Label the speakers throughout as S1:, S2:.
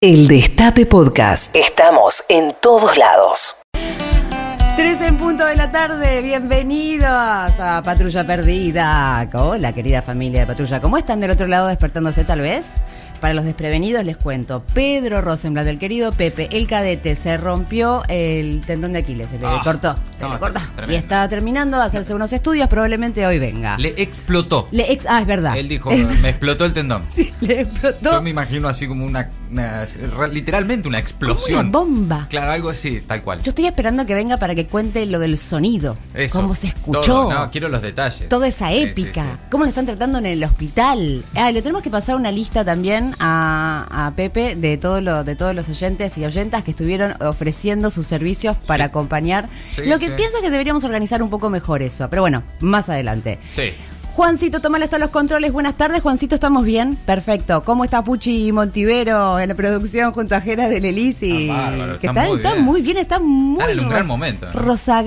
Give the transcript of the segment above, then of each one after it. S1: El Destape Podcast. Estamos en todos lados.
S2: 3 en punto de la tarde, bienvenidos a Patrulla Perdida. Hola, querida familia de Patrulla. ¿Cómo están del otro lado despertándose tal vez? Para los desprevenidos les cuento, Pedro Rosenblatt, el querido Pepe, el cadete, se rompió el tendón de Aquiles, se le
S3: Ah,
S2: cortó, se
S3: no,
S2: le cortó.
S3: tremendo.
S2: Y está terminando de hacerse unos estudios, probablemente hoy venga.
S3: Le explotó.
S2: Le ex, ah, es verdad.
S3: Él dijo, me explotó el tendón.
S2: Sí, le
S3: Yo
S2: explotó
S3: me imagino así como una, una- re- literalmente una
S2: como una
S3: explosión.
S2: bomba.
S3: Claro, algo así, tal cual.
S2: Yo estoy esperando que venga para que cuente lo del sonido,
S3: Eso,
S2: cómo se escuchó.
S3: todo, no, quiero los detalles.
S2: Toda esa
S3: Sí, sí,
S2: épica.
S3: sí.
S2: ¿Cómo lo están tratando en el hospital? Ah, le tenemos que pasar una lista también a, a Pepe de, todo lo, de todos los oyentes y oyentas que estuvieron ofreciendo sus servicios para
S3: Sí.
S2: acompañar.
S3: Sí,
S2: lo que
S3: sí.
S2: pienso es que deberíamos organizar un poco mejor eso, pero bueno, más adelante.
S3: Sí.
S2: Juancito Tomal está en los controles. Buenas tardes, Juancito, ¿estamos bien? Perfecto. ¿Cómo está Puchi Montivero en la producción junto a Jera del Elisi?
S3: Están bárbaros,
S2: que
S3: están
S2: están,
S3: muy
S2: están
S3: bien.
S2: muy bien, están muy
S3: Están en un gran
S2: ros-
S3: momento, ¿no?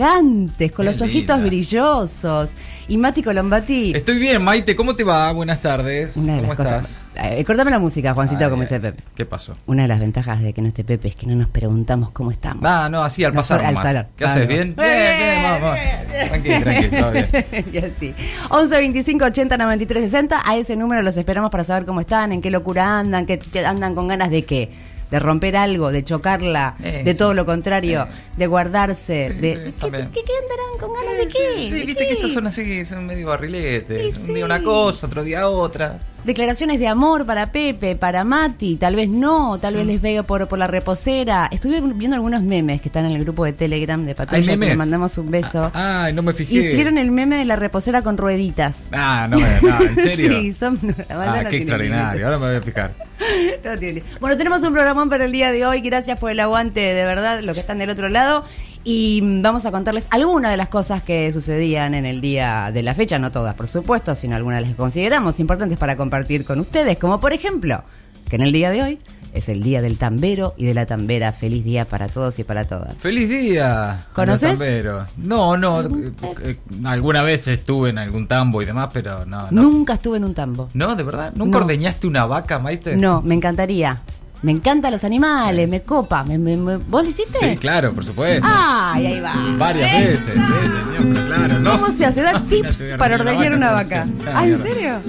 S2: Rozagantes, con
S3: Qué
S2: los ojitos
S3: linda.
S2: brillosos. Y Mati Colombati.
S4: Estoy bien, Maite, ¿cómo te va? Buenas tardes.
S2: Una de
S4: ¿Cómo
S2: las cosas. Eh, cortame la música, Juancito,
S3: Ay,
S2: como
S3: ay.
S2: dice Pepe.
S3: ¿Qué pasó?
S2: Una de las ventajas de que no esté Pepe es que no nos preguntamos cómo estamos.
S3: Ah, no, así al
S2: No,
S3: pasar
S2: al
S3: nomás.
S2: salar.
S3: ¿Qué haces?
S2: Vale.
S3: ¿Bien?
S2: Muy bien,
S3: vamos, vamos. Tranqui, tranqui, todo bien.
S2: y así. 11 25 80 93 60. A ese número los esperamos para saber cómo están, en qué locura andan, que que andan con ganas de qué. De romper algo, de chocarla,
S3: Eh,
S2: de
S3: sí.
S2: todo lo contrario, de guardarse,
S3: Sí,
S2: de.
S3: sí,
S2: ¿Qué-
S3: también.
S2: qué, qué andarán con ganas de
S3: Sí,
S2: qué?
S3: sí,
S2: ¿De
S3: viste que
S2: qué?
S3: estos son así, son medio barriletes.
S2: Sí,
S3: Un día
S2: sí.
S3: una cosa, otro día otra.
S2: Declaraciones de amor para Pepe, para Mati, tal vez no, tal
S3: Mm.
S2: vez les pega por, por la reposera. Estuve viendo algunos memes que están en el grupo de Telegram de Patrulla, que
S4: memes?
S2: les mandamos un beso.
S3: Ah,
S4: Ay, no me fijé.
S2: Hicieron el meme de la reposera con rueditas.
S4: Ah, no, me- no, en serio.
S2: sí, son... la banda
S4: ah,
S2: no
S4: qué
S2: tiene
S4: extraordinario. Ahora me voy a fijar.
S2: límite. No tiene límite. Bueno, tenemos un programón para el día de hoy. Gracias por el aguante, de verdad, los que están del otro lado. Y mm, vamos a contarles algunas de las cosas que sucedían en el día de la fecha, no todas, por supuesto, sino algunas de las que consideramos importantes para compartir con ustedes, como por ejemplo, que en el día de hoy es el día del tambero y de la tambera. Feliz día para todos y para todas.
S4: Feliz día.
S2: ¿Conoces?
S4: tambero. No, no. eh, eh, alguna vez estuve en algún tambo y demás, pero no. No,
S2: Nunca estuve en un tambo.
S4: ¿No? ¿De verdad? ¿Nunca
S2: No.
S4: ordeñaste una vaca, Maite?
S2: No, me encantaría. Me encantan los animales, me copa. me- me- me- ¿Vos lo hiciste?
S4: Sí, claro, por supuesto.
S2: Ay, ahí va.
S4: Varias
S2: ¿Ves?
S4: veces, sí, señor, pero claro, ¿no?
S2: eh. ¿Cómo se hace? Da
S4: No, si no
S2: tips
S4: se hubiera
S2: para
S4: ordeñado
S2: ordeñar una vaca.
S4: no se-
S2: Ah, ¿en
S4: claro.
S2: serio?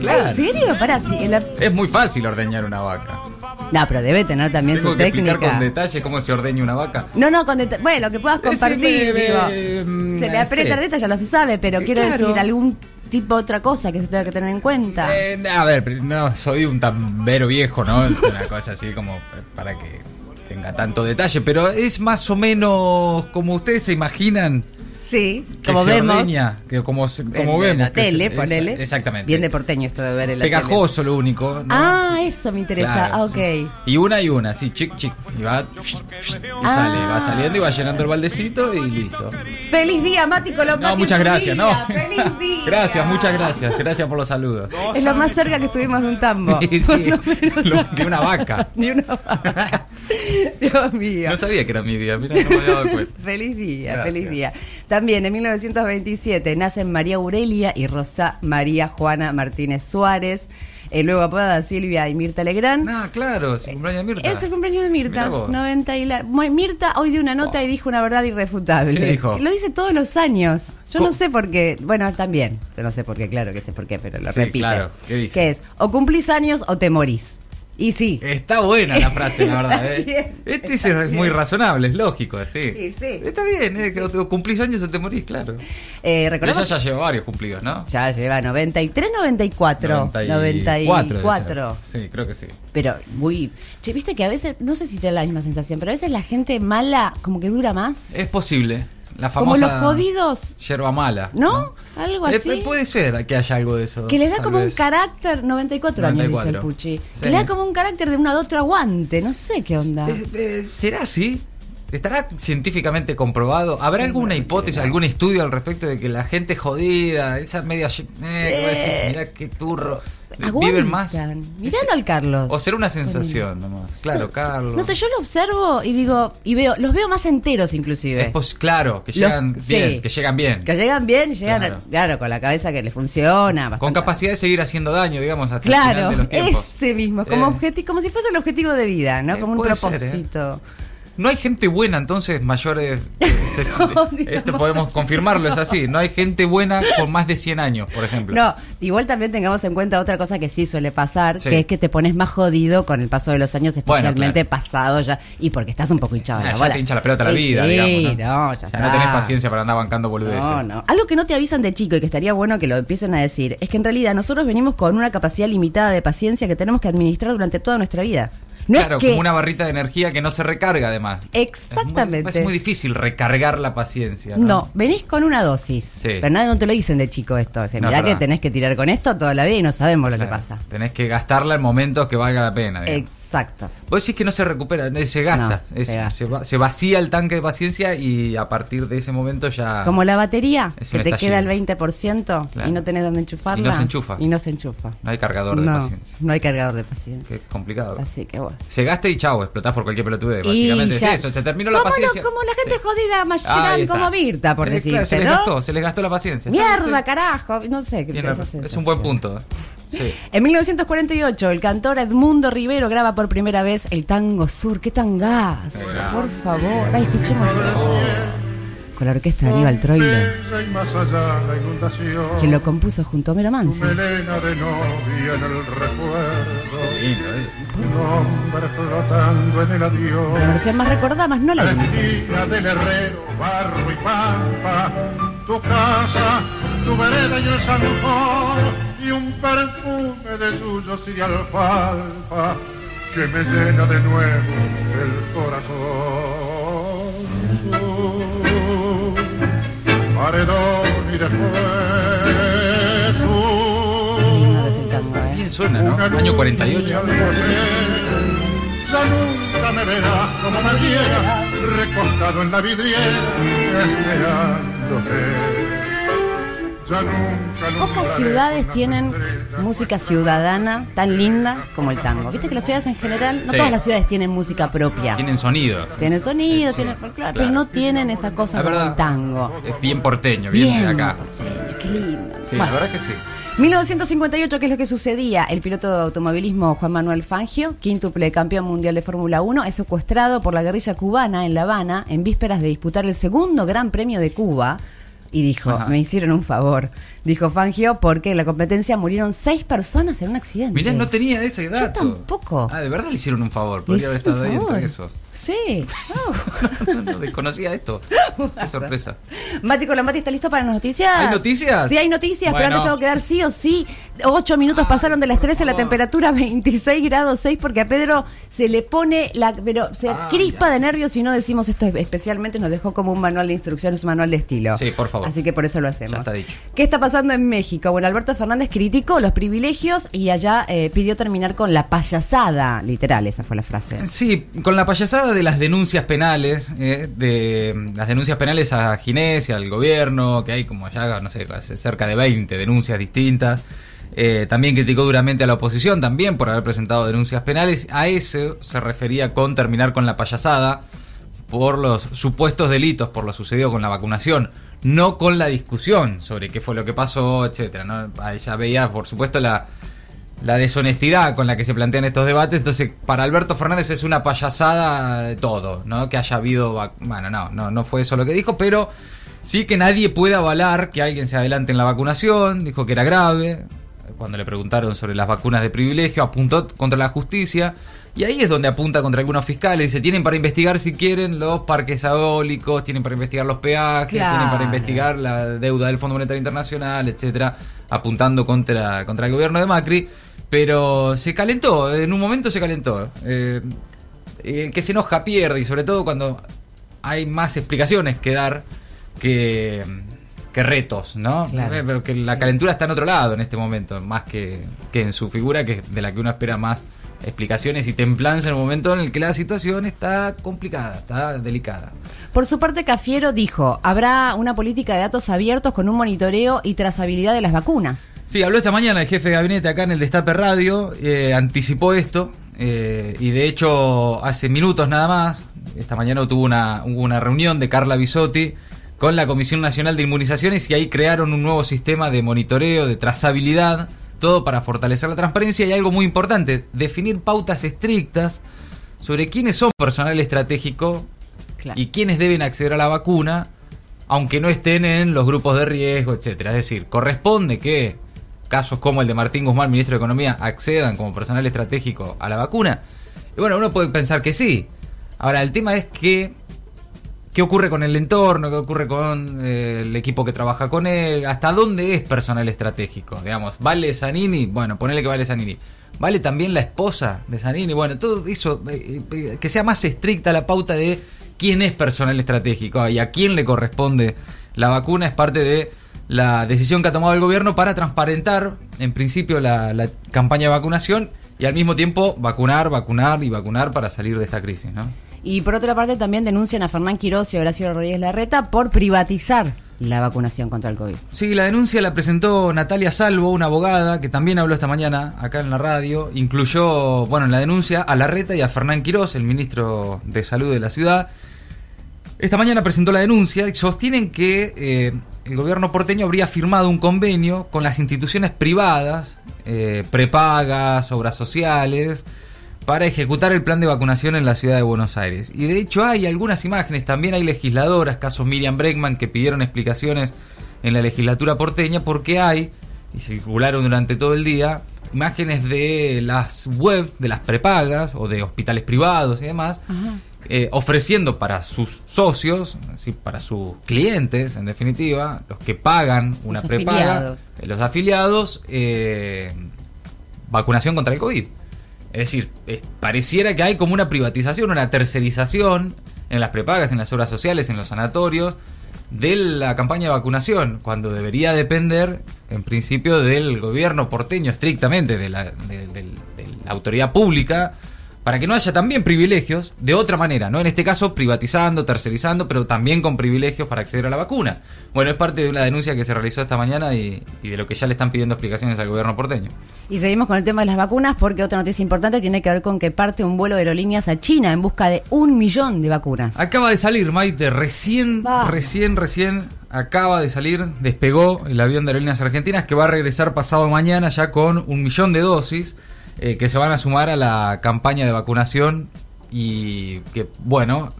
S4: Claro.
S2: ¿En serio? Pará, sí. en la-
S4: Es muy fácil ordeñar una vaca.
S2: No, pero debe tener también
S4: Tengo
S2: su
S4: que explicar con
S2: técnica.
S4: detalle cómo se ordeña una vaca.
S2: No, no, con detalle. Bueno, lo que puedas
S4: Ese
S2: compartir.
S4: bebé,
S2: digo.
S4: mm,
S2: se le aprieta
S4: sí.
S2: el ya lo se sabe, pero
S4: Eh,
S2: quiero
S4: claro.
S2: decir algún tipo otra cosa que se tenga que tener en cuenta.
S4: Eh, a ver, pero no, soy un tambero viejo, ¿no? Una cosa así como eh, para que tenga tanto detalle, pero es más o menos como ustedes se imaginan
S2: sí,
S4: que
S2: como
S4: se
S2: vemos.
S4: ordeña, que como, se- como
S2: en
S4: vemos.
S2: la
S4: que se-
S2: tele,
S4: esa-
S2: ponele.
S4: Exactamente.
S2: Bien de porteño esto de ver el
S4: Pegajoso lo único. ¿no?
S2: Ah,
S4: Sí.
S2: eso me interesa.
S4: Claro,
S2: Ah, ok.
S4: sí. Y una y una, sí, chic, chic. Y va, y sale,
S2: Ah.
S4: va saliendo y va llenando el baldecito y listo.
S2: Feliz día, Mati Colombati.
S4: No, muchas
S2: en tu
S4: gracias, ¿no?
S2: vida. Feliz día.
S4: Gracias, muchas gracias. Gracias por los saludos.
S2: Es lo más cerca que estuvimos de un tambo.
S4: Sí,
S2: Por
S4: sí.
S2: lo menos
S4: Lo-
S2: acá.
S4: de una vaca.
S2: Ni una vaca. Dios mío.
S4: No sabía que era mi día, mira, no me había dado cuenta.
S2: Feliz día,
S4: Gracias.
S2: feliz día. También en 1927 nacen María Aurelia y Rosa María Juana Martínez Suárez. eh, luego apodada Silvia y Mirta Legrand.
S4: Ah, claro, su cumpleaños de Mirta.
S2: Es el cumpleaños de Mirta.
S4: Mirá vos.
S2: 90 y la... Bueno, Mirta hoy dio una nota y dijo una verdad irrefutable.
S4: ¿Qué dijo?
S2: Lo dice todos los años. Yo
S4: Co-
S2: no sé por qué. Bueno, también. Yo no sé por qué, claro que sé por qué, pero lo
S4: Sí,
S2: repite.
S4: claro. ¿Qué dice?
S2: Que es, o cumplís años o te morís. Y sí.
S4: Está buena la frase, la verdad.
S2: Está
S4: ¿eh?
S2: bien,
S4: Este
S2: está
S4: es
S2: bien.
S4: muy razonable, es lógico, sí.
S2: Sí, sí.
S4: Está bien, ¿eh? que o cumplís años o te morís, claro.
S2: Eh,
S4: Pero ella
S2: recordemos-
S4: ya lleva varios cumplidos, ¿no?
S2: ya lleva 93, 94.
S4: 94 debe ser.
S2: 94.
S4: Sí, creo que sí.
S2: Pero muy... Che, viste que a veces, no sé si te da la misma sensación, pero a veces la gente mala como que dura más.
S4: Es posible. La
S2: como los
S4: famosa
S2: jodidos.
S4: yerba mala.
S2: ¿No? Algo
S4: Eh,
S2: así.
S4: puede ser que haya algo de eso.
S2: Que les da
S4: tal
S2: como un
S4: vez.
S2: carácter, 94, años dice el
S4: 94.
S2: Puchi.
S4: Sí.
S2: Que le da como un carácter de una de otro aguante, no sé qué onda.
S4: Eh, eh, ¿Será así? ¿Estará científicamente comprobado? ¿Habrá alguna hipótesis, algún estudio al respecto de que la gente jodida, esa media... lle- Eh, que va a decir,
S2: Eh.
S4: mirá qué turro.
S2: Aguantan.
S4: eh, Viven más.
S2: Miralo al Carlos.
S4: O será una sensación nomás. Claro, Carlos.
S2: No sé, yo lo observo y digo, y veo, los veo más enteros
S4: Es
S2: inclusive.
S4: pos- claro, que
S2: Los-
S4: llegan
S2: sí.
S4: bien, que llegan bien.
S2: Que llegan bien y llegan,
S4: Claro.
S2: claro, con la cabeza que les funciona.
S4: Con
S2: bastante-
S4: capacidad de seguir haciendo daño, digamos, hasta
S2: Claro,
S4: el final de los tiempos.
S2: ese mismo, como,
S4: Eh.
S2: objeti- como si fuese un objetivo de vida, ¿no?
S4: Eh,
S2: como un
S4: puede ser, ¿eh?
S2: propósito.
S4: No hay gente buena, entonces, mayores... de ses-
S2: No,
S4: de-
S2: digamos
S4: esto podemos
S2: así,
S4: confirmarlo, es así. No hay gente buena con más de 100 años, por ejemplo.
S2: No, igual también tengamos en cuenta otra cosa que sí suele pasar,
S4: Sí.
S2: que es que te pones más jodido con el paso de los años,
S4: Bueno,
S2: especialmente pasado ya, y porque estás un poco hinchado de
S4: Ah,
S2: la
S4: ya
S2: bola.
S4: te hincha la pelota la
S2: Sí,
S4: vida,
S2: sí,
S4: digamos.
S2: no, ya,
S4: ya
S2: está.
S4: no tenés paciencia para andar bancando boludeces.
S2: No, no. Algo que no te avisan de chico y que estaría bueno que lo empiecen a decir es que en realidad nosotros venimos con una capacidad limitada de paciencia que tenemos que administrar durante toda nuestra vida. No
S4: claro,
S2: es que
S4: como una barrita de energía que no se recarga además. Es
S2: exactamente.
S4: muy, es muy difícil recargar la paciencia.
S2: no.
S4: No.
S2: venís con una dosis.
S4: Sí.
S2: Pero nadie no te lo dicen de chico esto. O sea,
S4: No,
S2: mirá
S4: es
S2: que
S4: verdad.
S2: tenés que tirar con esto toda la vida y no sabemos lo
S4: Claro,
S2: que pasa.
S4: Tenés que gastarla en momentos que valga la pena. digamos.
S2: Exacto.
S4: Vos decís que no se recupera, no, se gasta.
S2: No,
S4: Es-
S2: se gasta.
S4: va- se vacía el tanque de paciencia y a partir de ese momento ya...
S2: Como la batería,
S4: Ah. Es
S2: que
S4: un
S2: te
S4: estallido.
S2: queda el 20% y
S4: Claro.
S2: no tenés dónde enchufarla.
S4: Y no se enchufa.
S2: Y no se enchufa.
S4: No hay cargador de
S2: no,
S4: paciencia.
S2: no hay cargador de paciencia.
S4: Qué complicado.
S2: Así que bueno.
S4: Se gasta y chau, explotás por cualquier pelotudez.
S2: Y
S4: Básicamente
S2: ya-
S4: es eso, se terminó
S2: ¿Cómo no?
S4: la paciencia.
S2: como la gente
S4: Sí.
S2: jodida, más
S4: Ahí
S2: eran
S4: está.
S2: como Birta, por
S4: Eh,
S2: decirte,
S4: claro, se les
S2: ¿no?
S4: gastó, se les gastó la paciencia.
S2: Mierda,
S4: Sí.
S2: carajo. No sé qué
S4: Tiene-
S2: esa
S4: es
S2: sensación.
S4: un buen punto. ¿eh? Sí.
S2: En 1948, el cantor Edmundo Rivero graba por primera vez el tango sur. ¡Qué tangas!
S4: Bueno.
S2: Por favor, ay, escuchémoslo. Con la orquesta de Aníbal Troilo,
S5: Bella y más allá la inundación.
S2: quien lo compuso junto a Homero
S5: Tu
S2: Mansi.
S5: melena de novia en el
S4: Qué
S5: recuerdo.
S4: lindo, eh.
S5: Tu nombre flotando en el
S2: La
S5: adiós.
S2: versión más recordada, más no
S5: La
S2: la única.
S5: esquina del herrero, barro y pampa. Tu casa, tu vereda y el zanjón. Y un perfume de suyos y de alfalfa. Que me llena de nuevo el corazón. Tú, paredón y después
S2: Qué lindo que
S5: tú.
S2: es el tango, ¿eh?
S4: Bien suena, ¿no?
S5: Una luz
S4: Año
S5: y
S4: 48.
S5: al volver, Ya nunca me verás como me viera, recostado en la vidriera, esperándote. Ya nunca
S2: Pocas
S5: alumbraré
S2: ciudades
S5: con la
S2: tienen
S5: estrella,
S2: música ciudadana tan linda como el tango. Viste que las ciudades en general, no
S4: Sí.
S2: todas las ciudades tienen música propia.
S4: Tienen sonido.
S2: Tienen sonido,
S4: Sí,
S2: tienen folclore,
S4: claro.
S2: pero no tienen esta cosa
S4: Es
S2: como
S4: verdad.
S2: el tango.
S4: Es bien porteño, bien, de acá.
S2: porteño, qué lindo.
S4: Sí,
S2: Bueno,
S4: la verdad que sí.
S2: 1958, ¿qué es lo que sucedía? El piloto de automovilismo Juan Manuel Fangio, quíntuple campeón mundial de Fórmula 1, es secuestrado por la guerrilla cubana en La Habana en vísperas de disputar el segundo Gran Premio de Cuba. Y dijo,
S4: Ajá.
S2: me hicieron un favor, dijo Fangio, porque en la competencia murieron seis personas en un accidente.
S4: Mirá, no tenía ese dato.
S2: tampoco.
S4: Ah, de verdad le hicieron un favor.
S2: Le
S4: Podría haber
S2: hicieron un
S4: estado ahí
S2: favor.
S4: entre esos.
S2: Sí.
S4: No, no, desconocía esto. Qué sorpresa.
S2: Mati Colomati, ¿está listo para las noticias?
S4: ¿Hay noticias?
S2: Sí, hay noticias, pero
S4: Bueno. Ah,
S2: antes tengo que dar sí o sí. Ocho minutos pasaron de las 13, la temperatura 26 grados 6, porque a Pedro se le pone la pero se
S4: Ah,
S2: crispa
S4: mirá.
S2: de nervios y no decimos esto especialmente, nos dejó como un manual de instrucciones, un manual de estilo.
S4: Sí, por favor.
S2: Así que por eso lo hacemos.
S4: Ya está dicho.
S2: ¿Qué está pasando en México? Bueno, Alberto Fernández criticó los privilegios y allá eh, pidió terminar con la payasada, literal, esa fue la frase.
S4: Sí, con la payasada de las denuncias penales, eh, de las denuncias penales a Ginés y al gobierno, que hay como ya, no sé, cerca de 20 denuncias distintas. Eh, también criticó duramente a la oposición, también por haber presentado denuncias penales. A eso se refería con terminar con la payasada por los supuestos delitos, por lo sucedido con la vacunación, no con la discusión sobre qué fue lo que pasó, etcétera. ¿no? Ahí ya veía, por supuesto, la, la deshonestidad con la que se plantean estos debates. Entonces, para Alberto Fernández es una payasada de todo, ¿no? Que haya habido. vac- Bueno, no, no, no fue eso lo que dijo, pero sí que nadie puede avalar que alguien se adelante en la vacunación. Dijo que era grave. Cuando le preguntaron sobre las vacunas de privilegio, apuntó contra la justicia. Y ahí es donde apunta contra algunos fiscales. Dice: Tienen para investigar si quieren los parques eólicos, tienen para investigar los peajes, tienen
S2: Claro.
S4: para investigar pagar la deuda del Fondo Monetario Internacional, etcétera, apuntando contra, contra el gobierno de Macri, pero se calentó, en un momento se calentó. Eh, el que se enoja pierde, y sobre todo cuando hay más explicaciones que dar que, que retos, ¿no?
S2: Claro.
S4: Eh, Pero que la calentura está en otro lado en este momento, más que, que en su figura, que es de la que uno espera más explicaciones y templanza en un momento en el que la situación está complicada, está delicada.
S2: Por su parte, Cafiero dijo, habrá una política de datos abiertos con un monitoreo y trazabilidad de las vacunas.
S4: Sí, habló esta mañana el jefe de gabinete acá en el Destape Radio, eh, anticipó esto eh, y de hecho hace minutos nada más, esta mañana tuvo una, hubo una reunión de Carla Bisotti con la Comisión Nacional de Inmunizaciones y ahí crearon un nuevo sistema de monitoreo, de trazabilidad, todo para fortalecer la transparencia y algo muy importante, definir pautas estrictas sobre quiénes son personal estratégico
S2: Claro.
S4: y quiénes deben acceder a la vacuna, aunque no estén en los grupos de riesgo, etcétera. Es decir, corresponde que casos como el de Martín Guzmán, ministro de Economía, accedan como personal estratégico a la vacuna. Y bueno, uno puede pensar que sí. Ahora, el tema es que qué ocurre con el entorno, qué ocurre con eh, el equipo que trabaja con él, hasta dónde es personal estratégico, digamos. ¿Vale Zanini? Bueno, ponele que vale Zanini. ¿Vale también la esposa de Zanini? Bueno, todo eso, eh, eh, que sea más estricta la pauta de quién es personal estratégico y a quién le corresponde la vacuna es parte de la decisión que ha tomado el gobierno para transparentar, en principio, la, la campaña de vacunación y al mismo tiempo vacunar, vacunar y vacunar para salir de esta crisis, ¿no?
S2: Y por otra parte, también denuncian a Fernán Quirós y Horacio Rodríguez Larreta por privatizar la vacunación contra el COVID.
S4: Sí, la denuncia la presentó Natalia Salvo, una abogada que también habló esta mañana acá en la radio. Incluyó, bueno, en la denuncia a Larreta y a Fernán Quirós, el ministro de Salud de la ciudad. Esta mañana presentó la denuncia y sostienen que eh, el gobierno porteño habría firmado un convenio con las instituciones privadas, eh, prepagas, obras sociales, para ejecutar el plan de vacunación en la ciudad de Buenos Aires. Y de hecho hay algunas imágenes, también hay legisladoras, casos Miriam Bregman, que pidieron explicaciones en la legislatura porteña porque hay, y circularon durante todo el día, imágenes de las webs, de las prepagas o de hospitales privados y demás, eh, ofreciendo para sus socios, es decir, para sus clientes, en definitiva, los que pagan una
S2: Los
S4: prepaga,
S2: afiliados.
S4: eh, los afiliados, eh, vacunación contra el COVID. Es decir, eh, pareciera que hay como una privatización, una tercerización en las prepagas, en las obras sociales, en los sanatorios, de la campaña de vacunación, cuando debería depender, en principio, del gobierno porteño estrictamente, de la, de- del- de la autoridad pública, para que no haya también privilegios de otra manera, ¿no? En este caso, privatizando, tercerizando, pero también con privilegios para acceder a la vacuna. Bueno, es parte de una denuncia que se realizó esta mañana y- y de lo que ya le están pidiendo explicaciones al gobierno porteño.
S2: Y seguimos con el tema de las vacunas porque otra noticia importante tiene que ver con que parte un vuelo de aerolíneas a China en busca de un millón de vacunas.
S4: Acaba de salir, Maite, recién,
S2: Vamos.
S4: recién, recién acaba de salir, despegó el avión de Aerolíneas Argentinas que va a regresar pasado mañana ya con un millón de dosis eh, que se van a sumar a la campaña de vacunación y que, bueno,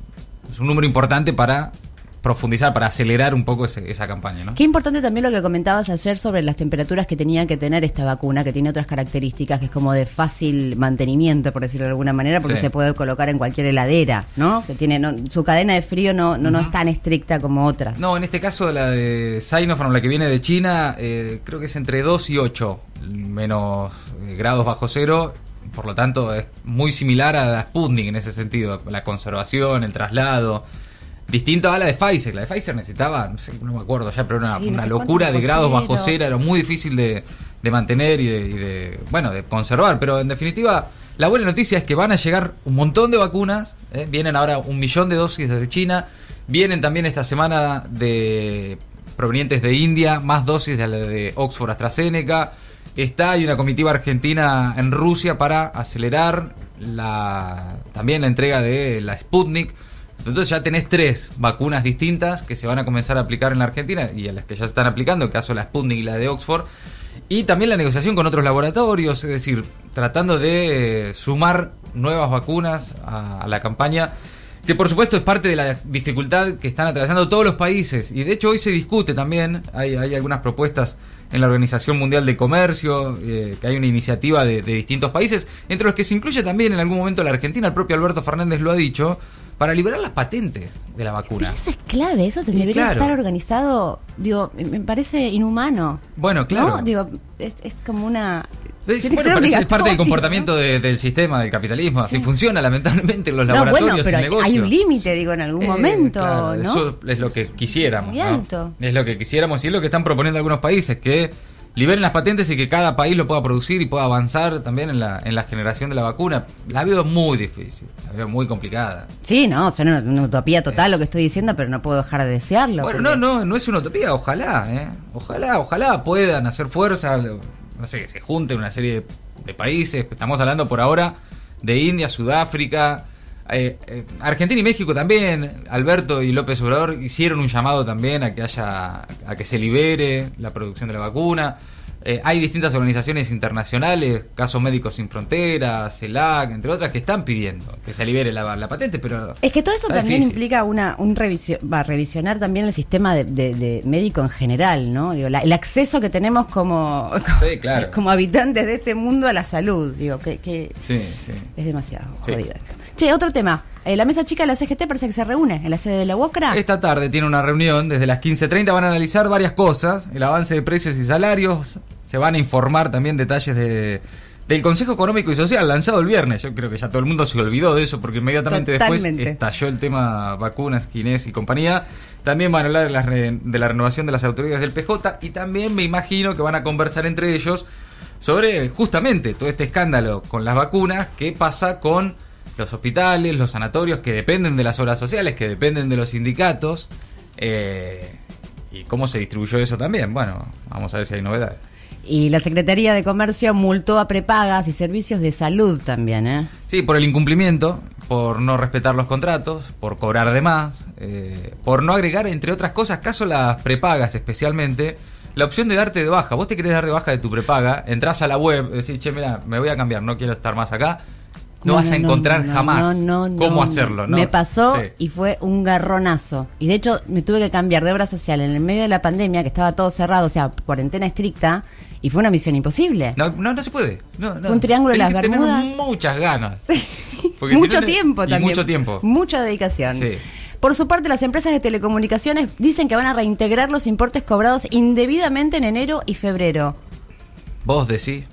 S4: es un número importante para profundizar, para acelerar un poco ese- esa campaña, ¿no?
S2: Qué importante también lo que comentabas ayer sobre las temperaturas que tenía que tener esta vacuna, que tiene otras características, que es como de fácil mantenimiento, por decirlo de alguna manera, porque
S4: Sí.
S2: se puede colocar en cualquier heladera, ¿no? Que tiene no- su cadena de frío no, no, no es tan estricta como otras.
S4: No, en este caso la de Sinopharm, la que viene de China, eh, creo que es entre 2 y 8 menos eh, grados bajo cero. Por lo tanto, es muy similar a la Sputnik en ese sentido. La conservación, el traslado. Distinto a la de Pfizer. La de Pfizer necesitaba, no, sé, no me acuerdo ya, pero era una,
S2: Sí, no
S4: una
S2: sé cuánto
S4: locura de
S2: bajo
S4: grados bajo
S2: cero.
S4: cero. Era muy difícil de, de mantener y de, y de, bueno, de conservar. Pero en definitiva, la buena noticia es que van a llegar un montón de vacunas. ¿eh? Vienen ahora un millón de dosis desde China. Vienen también esta semana de provenientes de India, más dosis de la de Oxford AstraZeneca. Está, hay una comitiva argentina en Rusia para acelerar la, también la entrega de la Sputnik. Entonces ya tenés tres vacunas distintas que se van a comenzar a aplicar en la Argentina y a las que ya se están aplicando, en el caso de la Sputnik y la de Oxford. Y también la negociación con otros laboratorios, es decir, tratando de eh, sumar nuevas vacunas a, a la campaña, que por supuesto es parte de la dificultad que están atravesando todos los países. Y de hecho hoy se discute también, hay, hay algunas propuestas en la Organización Mundial de Comercio, eh, que hay una iniciativa de, de distintos países, entre los que se incluye también en algún momento la Argentina, el propio Alberto Fernández lo ha dicho, para liberar las patentes de la vacuna.
S2: Pero eso es clave, eso
S4: Y
S2: debería
S4: claro.
S2: estar organizado, digo, me- me parece inhumano.
S4: Bueno, claro.
S2: ¿no? Digo, es, es como una...
S4: Es,
S2: tiene que
S4: bueno,
S2: ser
S4: pero eso es
S2: obligatorio,
S4: parte del
S2: ¿no?
S4: comportamiento de- del sistema, del capitalismo. Así funciona, lamentablemente, en los
S2: No,
S4: laboratorios
S2: bueno, pero
S4: y
S2: hay,
S4: negocios.
S2: hay un límite, digo, en algún
S4: Eh,
S2: momento,
S4: claro,
S2: ¿no?
S4: Eso es lo que quisiéramos.
S2: Muy
S4: ¿no?
S2: alto.
S4: Es lo que quisiéramos y es lo que están proponiendo algunos países, que liberen las patentes y que cada país lo pueda producir y pueda avanzar también en la, en la generación de la vacuna. La veo muy difícil, la veo muy complicada.
S2: Sí, no, suena una, una utopía total lo que estoy diciendo, pero no puedo dejar de desearlo.
S4: Bueno,
S2: porque-
S4: no, no, no es una utopía, ojalá, ¿eh? Ojalá, ojalá puedan hacer fuerza, lo- no sé, que se junten una serie de, de países, estamos hablando por ahora de India, Sudáfrica, eh, eh, Argentina y México también, Alberto y López Obrador hicieron un llamado también a que haya, a que se libere la producción de la vacuna. Eh, hay distintas organizaciones internacionales, Casos Médicos Sin Fronteras, CELAC, entre otras, que están pidiendo que se libere la, la patente, pero...
S2: Es que todo esto
S4: está
S2: también
S4: difícil.
S2: implica una, un revisio- va, revisionar también el sistema de, de- de médico en general, ¿no? Digo, la- el acceso que tenemos como, como,
S4: Sí, claro.
S2: habitantes de este mundo a la salud, digo, que, que
S4: Sí, sí.
S2: es demasiado
S4: Sí.
S2: jodido esto. Che, otro tema. Eh, la mesa chica de la CGT parece que se reúne en la sede de la UOCRA.
S4: Esta tarde tiene una reunión, desde las 15.30 van a analizar varias cosas, el avance de precios y salarios, se van a informar también detalles de, del Consejo Económico y Social lanzado el viernes, yo creo que ya todo el mundo se olvidó de eso porque inmediatamente
S2: Totalmente.
S4: después estalló el tema vacunas, Ginés y compañía. También van a hablar de la, de la renovación de las autoridades del PJ y también me imagino que van a conversar entre ellos sobre justamente todo este escándalo con las vacunas, qué pasa con los hospitales, los sanatorios que dependen de las obras sociales, que dependen de los sindicatos, eh, y cómo se distribuyó eso también. Bueno, vamos a ver si hay novedades.
S2: Y la Secretaría de Comercio multó a prepagas y servicios de salud también, ¿eh?
S4: Sí, por el incumplimiento, por no respetar los contratos, por cobrar de más, eh, por no agregar, entre otras cosas, caso las prepagas especialmente, la opción de darte de baja. Vos te querés dar de baja de tu prepaga, entras a la web, decís, che, mira, me voy a cambiar, no quiero estar más acá. No, vas a encontrar
S2: no,
S4: jamás
S2: no, no,
S4: cómo
S2: no.
S4: hacerlo. ¿no?
S2: Me pasó
S4: Sí.
S2: y fue un garronazo. Y de hecho me tuve que cambiar de obra social en el medio de la pandemia, que estaba todo cerrado, o sea, cuarentena estricta, y fue una misión imposible.
S4: No, no, no se puede. No, no.
S2: Un triángulo de
S4: Tenés
S2: las
S4: que tener
S2: Bermudas.
S4: muchas ganas. Porque si
S2: mucho
S4: no, no-
S2: tiempo
S4: y
S2: también.
S4: Mucho tiempo.
S2: Mucha dedicación.
S4: Sí.
S2: Por su parte, las empresas de telecomunicaciones dicen que van a reintegrar los importes cobrados indebidamente en enero y febrero.
S4: Vos decís,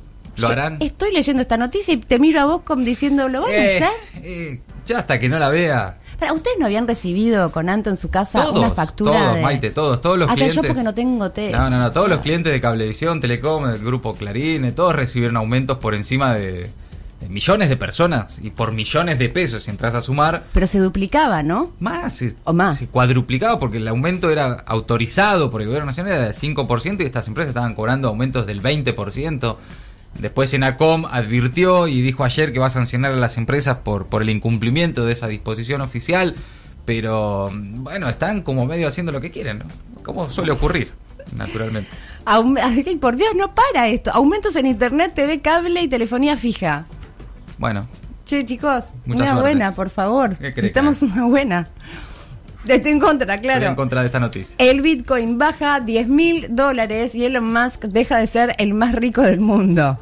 S2: Yo
S4: lo harán.
S2: Estoy leyendo esta noticia y te miro a vos como diciendo, ¿lo van a
S4: Eh,
S2: hacer?
S4: eh, ya hasta que no la vea.
S2: Pará, ¿Ustedes no habían recibido con Anto en su casa
S4: Todos,
S2: una factura?
S4: todos,
S2: de-
S4: Maite, todos, todos los
S2: Acá
S4: clientes.
S2: yo porque no tengo té.
S4: No, no, no, todos los clientes de Cablevisión, Telecom, el grupo Clarín, eh, todos recibieron aumentos por encima de, de millones de personas y por millones de pesos, si entras a sumar.
S2: Pero se duplicaba, ¿no?
S4: Más, se-
S2: O más.
S4: se cuadruplicaba porque el aumento era autorizado por el gobierno nacional, era del 5% y estas empresas estaban cobrando aumentos del 20%. Después Enacom advirtió y dijo ayer que va a sancionar a las empresas por, por el incumplimiento de esa disposición oficial, pero bueno, están como medio haciendo lo que quieren, ¿no? Como suele ocurrir, naturalmente.
S2: Aum- Así que, por Dios, no para esto. Aumentos en internet, TV, cable y telefonía fija.
S4: Bueno,
S2: Che, chicos,
S4: Mucha
S2: una
S4: suerte.
S2: buena, por favor.
S4: ¿Qué crees que
S2: Necesitamos
S4: haga?
S2: una buena. Estoy en contra,
S4: estoy en
S2: claro.
S4: contra de esta noticia.
S2: El Bitcoin baja 10 mil dólares y Elon Musk deja de ser el más rico del mundo.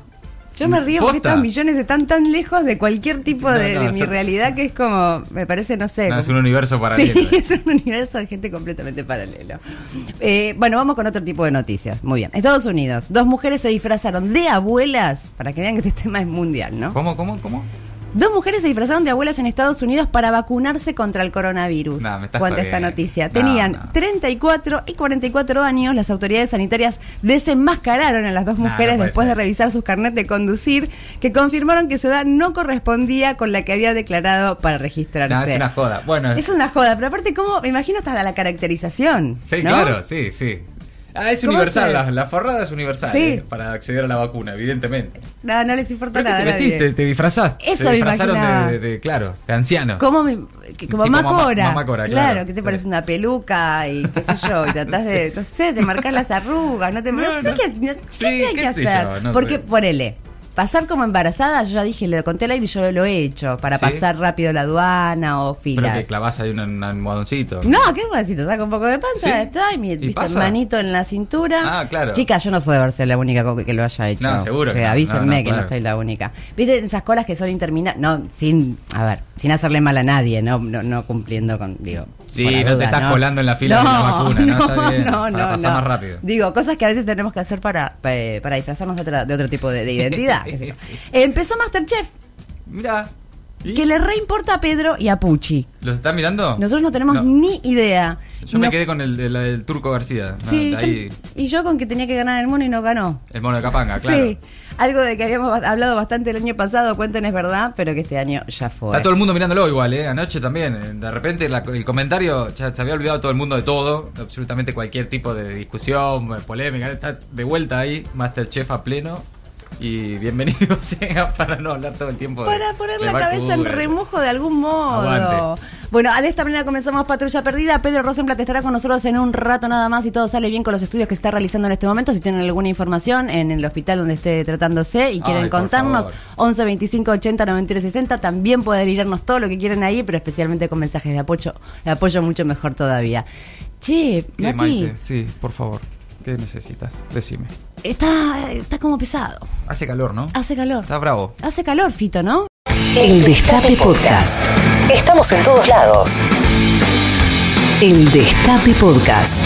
S2: Yo me río porque
S4: Mm, Posta.
S2: estos millones están tan lejos de cualquier tipo
S4: No,
S2: de,
S4: no,
S2: de
S4: o
S2: mi
S4: sea,
S2: realidad que es como, me parece, no sé.
S4: No, es
S2: como-
S4: un universo paralelo.
S2: Eh, Sí,
S4: eh.
S2: es un universo de gente completamente paralelo. Eh, bueno, vamos con otro tipo de noticias. Muy bien. Estados Unidos. Dos mujeres se disfrazaron de abuelas, para que vean que este tema es mundial, ¿no?
S4: ¿Cómo, cómo, cómo?
S2: Dos mujeres se disfrazaron de abuelas en Estados Unidos para vacunarse contra el coronavirus.
S4: Nah, me estás
S2: Cuenta esta
S4: jodiendo.
S2: noticia.
S4: No,
S2: Tenían
S4: no.
S2: 34 y 44 años. Las autoridades sanitarias desenmascararon a las dos
S4: Nah,
S2: mujeres
S4: no puede
S2: después de
S4: ser.
S2: revisar sus carnet de conducir, que confirmaron que su edad no correspondía con la que había declarado para registrarse.
S4: No, es una joda. Bueno,
S2: Es una joda, pero aparte, ¿cómo? Me imagino hasta la caracterización.
S4: Sí,
S2: ¿no?
S4: claro, sí, sí. Ah, es
S2: ¿Cómo se-
S4: universal, la, la forrada es universal
S2: Sí.
S4: eh, para acceder a la vacuna, evidentemente.
S2: No, no les importa
S4: Pero es que
S2: nada.
S4: te
S2: a nadie.
S4: vestiste, te disfrazaste.
S2: Eso
S4: te
S2: me
S4: disfrazaron
S2: imaginaba.
S4: de, de- de- claro, de anciano.
S2: Como, mi- que- como
S4: Tipo mamá-
S2: Macora.
S4: mamá Cora,
S2: claro,
S4: claro,
S2: que te
S4: sí.
S2: parece una peluca y qué sé yo, y tratás de, no sé, te marcas las arrugas, no te no,
S4: No,
S2: sé
S4: no.
S2: qué, no sé
S4: Sí,
S2: qué hay
S4: qué
S2: que
S4: sé yo,
S2: hacer.
S4: no
S2: Porque,
S4: sé.
S2: ponele, pasar como embarazada, yo ya dije, le conté al aire y yo lo he hecho, para
S4: Sí.
S2: pasar rápido la aduana o
S4: Pero
S2: filas.
S4: que clavás ahí un, un almohadoncito.
S2: No, ¿qué necesito? Saco un poco de panza,
S4: Sí.
S2: está, y mi
S4: ¿Y
S2: viste,
S4: pasa?
S2: manito en la cintura.
S4: Ah, claro.
S2: Chica, yo no soy de haber sido la única co- que lo haya hecho.
S4: No, seguro
S2: O sea,
S4: que no.
S2: avísenme
S4: No, no,
S2: que no
S4: claro.
S2: estoy la única. Viste, esas colas que son interminables. No, sin, a ver, sin hacerle mal a nadie, no, no, no cumpliendo con, digo.
S4: Sí,
S2: con la
S4: no te estás colando en la fila de la vacuna, ¿no? Está bien,
S2: No,
S4: para
S2: no,
S4: pasar
S2: no.
S4: más rápido.
S2: Digo, cosas que a veces tenemos que hacer para, eh, para disfrazarnos de, otra- de otro tipo de, de identidad. qué sé yo. Empezó Masterchef.
S4: Mirá.
S2: que le reimporta a Pedro y a Pucci.
S4: ¿Los están mirando?
S2: Nosotros no tenemos
S4: No.
S2: ni idea.
S4: Yo me
S2: No-
S4: quedé con el, el- el turco García. ¿no?
S2: Sí,
S4: De ahí,
S2: yo- y yo con que tenía que ganar el mono y no ganó.
S4: el mono de Capanga, claro.
S2: Sí, algo de que habíamos ba- hablado bastante el año pasado, cuenten es verdad, pero que este año ya fue.
S4: Está todo el mundo mirándolo igual, ¿eh? Anoche también. eh, De repente la- el comentario, ya se había olvidado todo el mundo de todo. Absolutamente cualquier tipo de discusión, eh, polémica. Está de vuelta ahí, Masterchef a pleno. Y bienvenido sea para no hablar todo el tiempo. de-
S2: Para poner
S4: de
S2: la cabeza en
S4: Bakú, eh.
S2: remojo de algún modo.
S4: Aguante.
S2: Bueno, de esta manera comenzamos Patrulla Perdida. Pedro Rosenblatt estará con nosotros en un rato nada más y todo sale bien con los estudios que se está realizando en este momento. Si tienen alguna información en el hospital donde esté tratándose y quieren
S4: Ay, por
S2: contarnos,
S4: favor.
S2: 11 25 80 93 60. También pueden irnos todo lo que quieren ahí, pero especialmente con mensajes de apoyo, de apoyo mucho mejor todavía. Che,
S4: ¿Qué,
S2: Nati,
S4: Maite? Sí, por favor. ¿Qué necesitas? Decime.
S2: está, está como pesado.
S4: Hace calor, ¿no?
S2: Hace calor.
S4: Está bravo.
S2: Hace calor, Fito, ¿no?
S1: El Destape Podcast. Estamos en todos lados. El Destape Podcast.